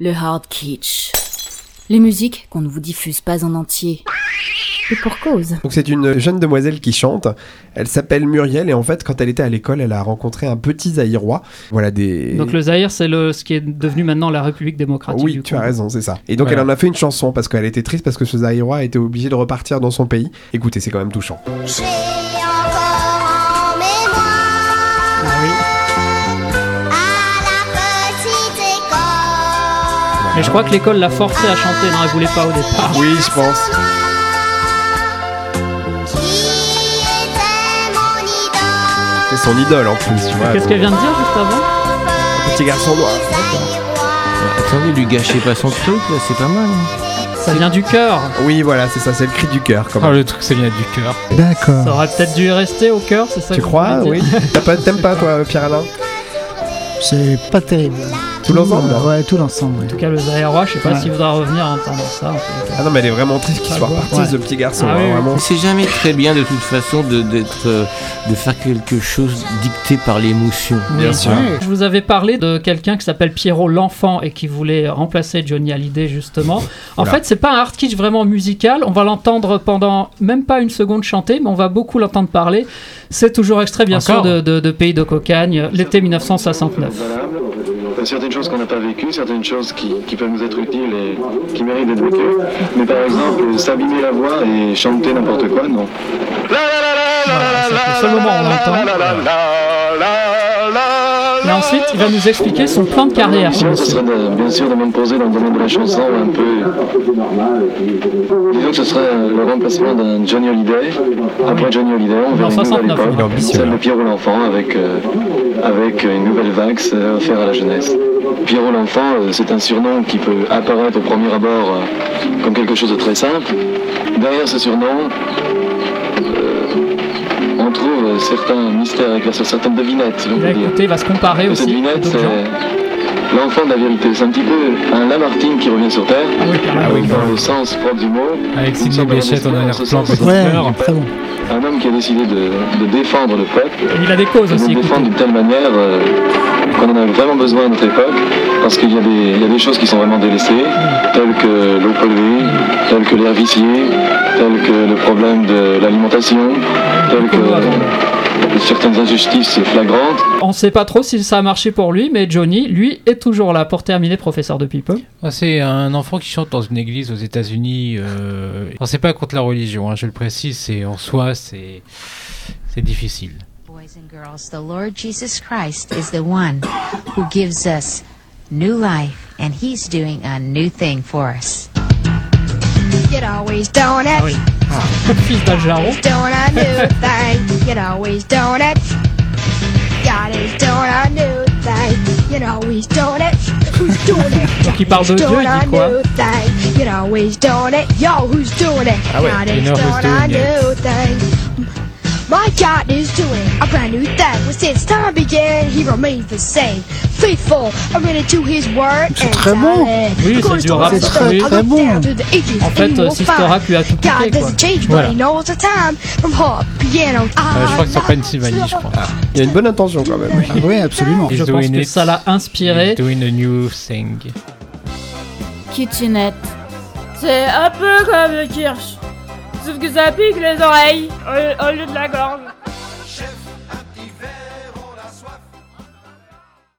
le hard kitsch. Les musiques qu'on ne vous diffuse pas en entier. Et pour cause. Donc c'est une jeune demoiselle qui chante. Elle s'appelle Muriel et en fait quand elle était à l'école, elle a rencontré un petit zaïrois. Voilà des. Ah Donc le Zaïre, c'est le, ce qui est devenu maintenant la République démocratique. oui, du tu as Congo. raison, c'est ça. Et donc Voilà. elle en a fait une chanson parce qu'elle était triste parce que ce zaïrois était obligé de repartir dans son pays. Écoutez, c'est quand même touchant. J'ai encore en mémoire Ah oui. à la petite école. Mais je crois que l'école l'a forcé à chanter, non, elle voulait pas au départ. Oui, je pense. Qui était mon idole C'est son idole en plus. tu vois, Qu'est-ce donc, qu'elle vient de dire juste avant Petit garçon noir. Zaïrois, Attendez, lui gâchez pas son truc, là, c'est pas mal. hein. Ça vient du cœur. Oui, voilà, c'est ça, c'est le cri du cœur. quand Ah, même. le truc, ça vient du cœur. Ça D'accord. aurait peut-être dû rester au cœur, c'est ça Ah. Tu que je crois Oui. voulais dire. T'as pas- T'aimes pas, toi, Pierre-Alain C'est pas terrible. Tout l'ensemble, euh, Ouais, tout l'ensemble. ouais. En tout cas, le Zaïrois, je sais pas Ouais. s'il voudra revenir en entendant ça. en tout cas. Ah non, mais elle est vraiment triste qu'il Ah, soit ouais. reparti, ce petit garçon. Ah, hein, oui, vraiment. C'est jamais très bien, de toute façon, de, d'être, euh, de faire quelque chose dicté par l'émotion. Bien Oui. sûr. Je vous avais parlé de quelqu'un qui s'appelle Pierrot l'enfant et qui voulait remplacer Johnny Hallyday justement. En Oula. fait, c'est pas un hard kitsch vraiment musical. On va l'entendre pendant même pas une seconde chanter, mais on va beaucoup l'entendre parler. C'est toujours extrait bien sûr Encore de, de- de Pays de Cocagne, l'été 1969. valable. Il y a certaines choses qu'on n'a pas vécues, certaines choses qui, qui peuvent nous être utiles et qui méritent d'être vécues. Mais par exemple, s'abîmer la voix et chanter n'importe quoi, non. Voilà, c'est le seul moment où on l'entend. Et ensuite, il va nous expliquer son plan de carrière. ce Sinon, ce monsieur. serait de- bien sûr de m'imposer dans le domaine de la chanson un peu. Disons que ce serait euh, le remplacement d'un Johnny Hallyday. Après Johnny Hallyday, on verrait une nouvelle 69, époque, il est ambitieux, hein. celle là. de Pierrot l'enfant avec, euh, avec une nouvelle vax euh, offerte à la jeunesse. Pierrot l'enfant, euh, c'est un surnom qui peut apparaître au premier abord euh, comme quelque chose de très simple. Derrière ce surnom, euh, on trouve euh, certains mystères à éclaircir, certaines devinettes, je Il va veux dire. écouter, il va se comparer Cette aussi à devinette, d'autres gens. c'est euh, l'enfant de la vérité. C'est un petit peu un Lamartine qui revient sur Terre, Ah oui, carrément. avec dans le sens propre du mot, Avec Sidney Sidney Bechet Béchette en en arrière-plan, arrière-plan, petit Ouais, très bon. un homme qui a décidé de, de défendre le peuple, Et il a des causes et de aussi. le écoutez. défendre d'une telle manière euh, qu'on en a vraiment besoin à notre époque, parce qu'il y, a des- il y a des choses qui sont vraiment délaissées, telles que l'eau polluée, telles que l'air vicié, telles que le problème de l'alimentation, telles que euh, certaines injustices flagrantes. On sait pas trop si ça a marché pour lui, mais Johnny, lui, est toujours là pour terminer professeur de pipe. Ah, c'est un enfant qui chante dans une église aux États-Unis. Euh... Enfin, c'est pas contre la religion, hein, je le précise. C'est en soi, c'est c'est difficile. Boys and girls, the Lord Jesus Christ is the one who gives us new life, and He's doing a new thing for us. You'd always donuts, oui. Fils d'Algaro. doing a new thing. You'd always donuts. God is doing a new thing. You'd always donuts. Who's doing it? Donc il parle de Dieu, doing il a dit quoi new thing. You'd always doing it. Yo, who's doing it? Ah ouais, God you is know who's doing a doing it. new thing. My God is doing a brand new thing. Well, since time began, He remains the same. Faithful, I'm to His word. C'est and très bon. solid. Oui, c'est Goes du to rap, the Ah, ça. stone. Oui. I look Très bon. down through the ages En fait, and euh, you'll Sister find Rap lui a tout God euh, piqué, quoi. doesn't change, but he Voilà. knows the time from harp, piano. Euh, je crois que c'est en Pennsylvanie, je crois. Il y a une bonne intention quand même. Oui, Ah absolument. Je He's pense doing que it. ça l'a inspiré. He's doing a new thing. Kitchenette. C'est un peu comme le kirsch. Sauf que ça pique les oreilles au, au lieu de la gorge.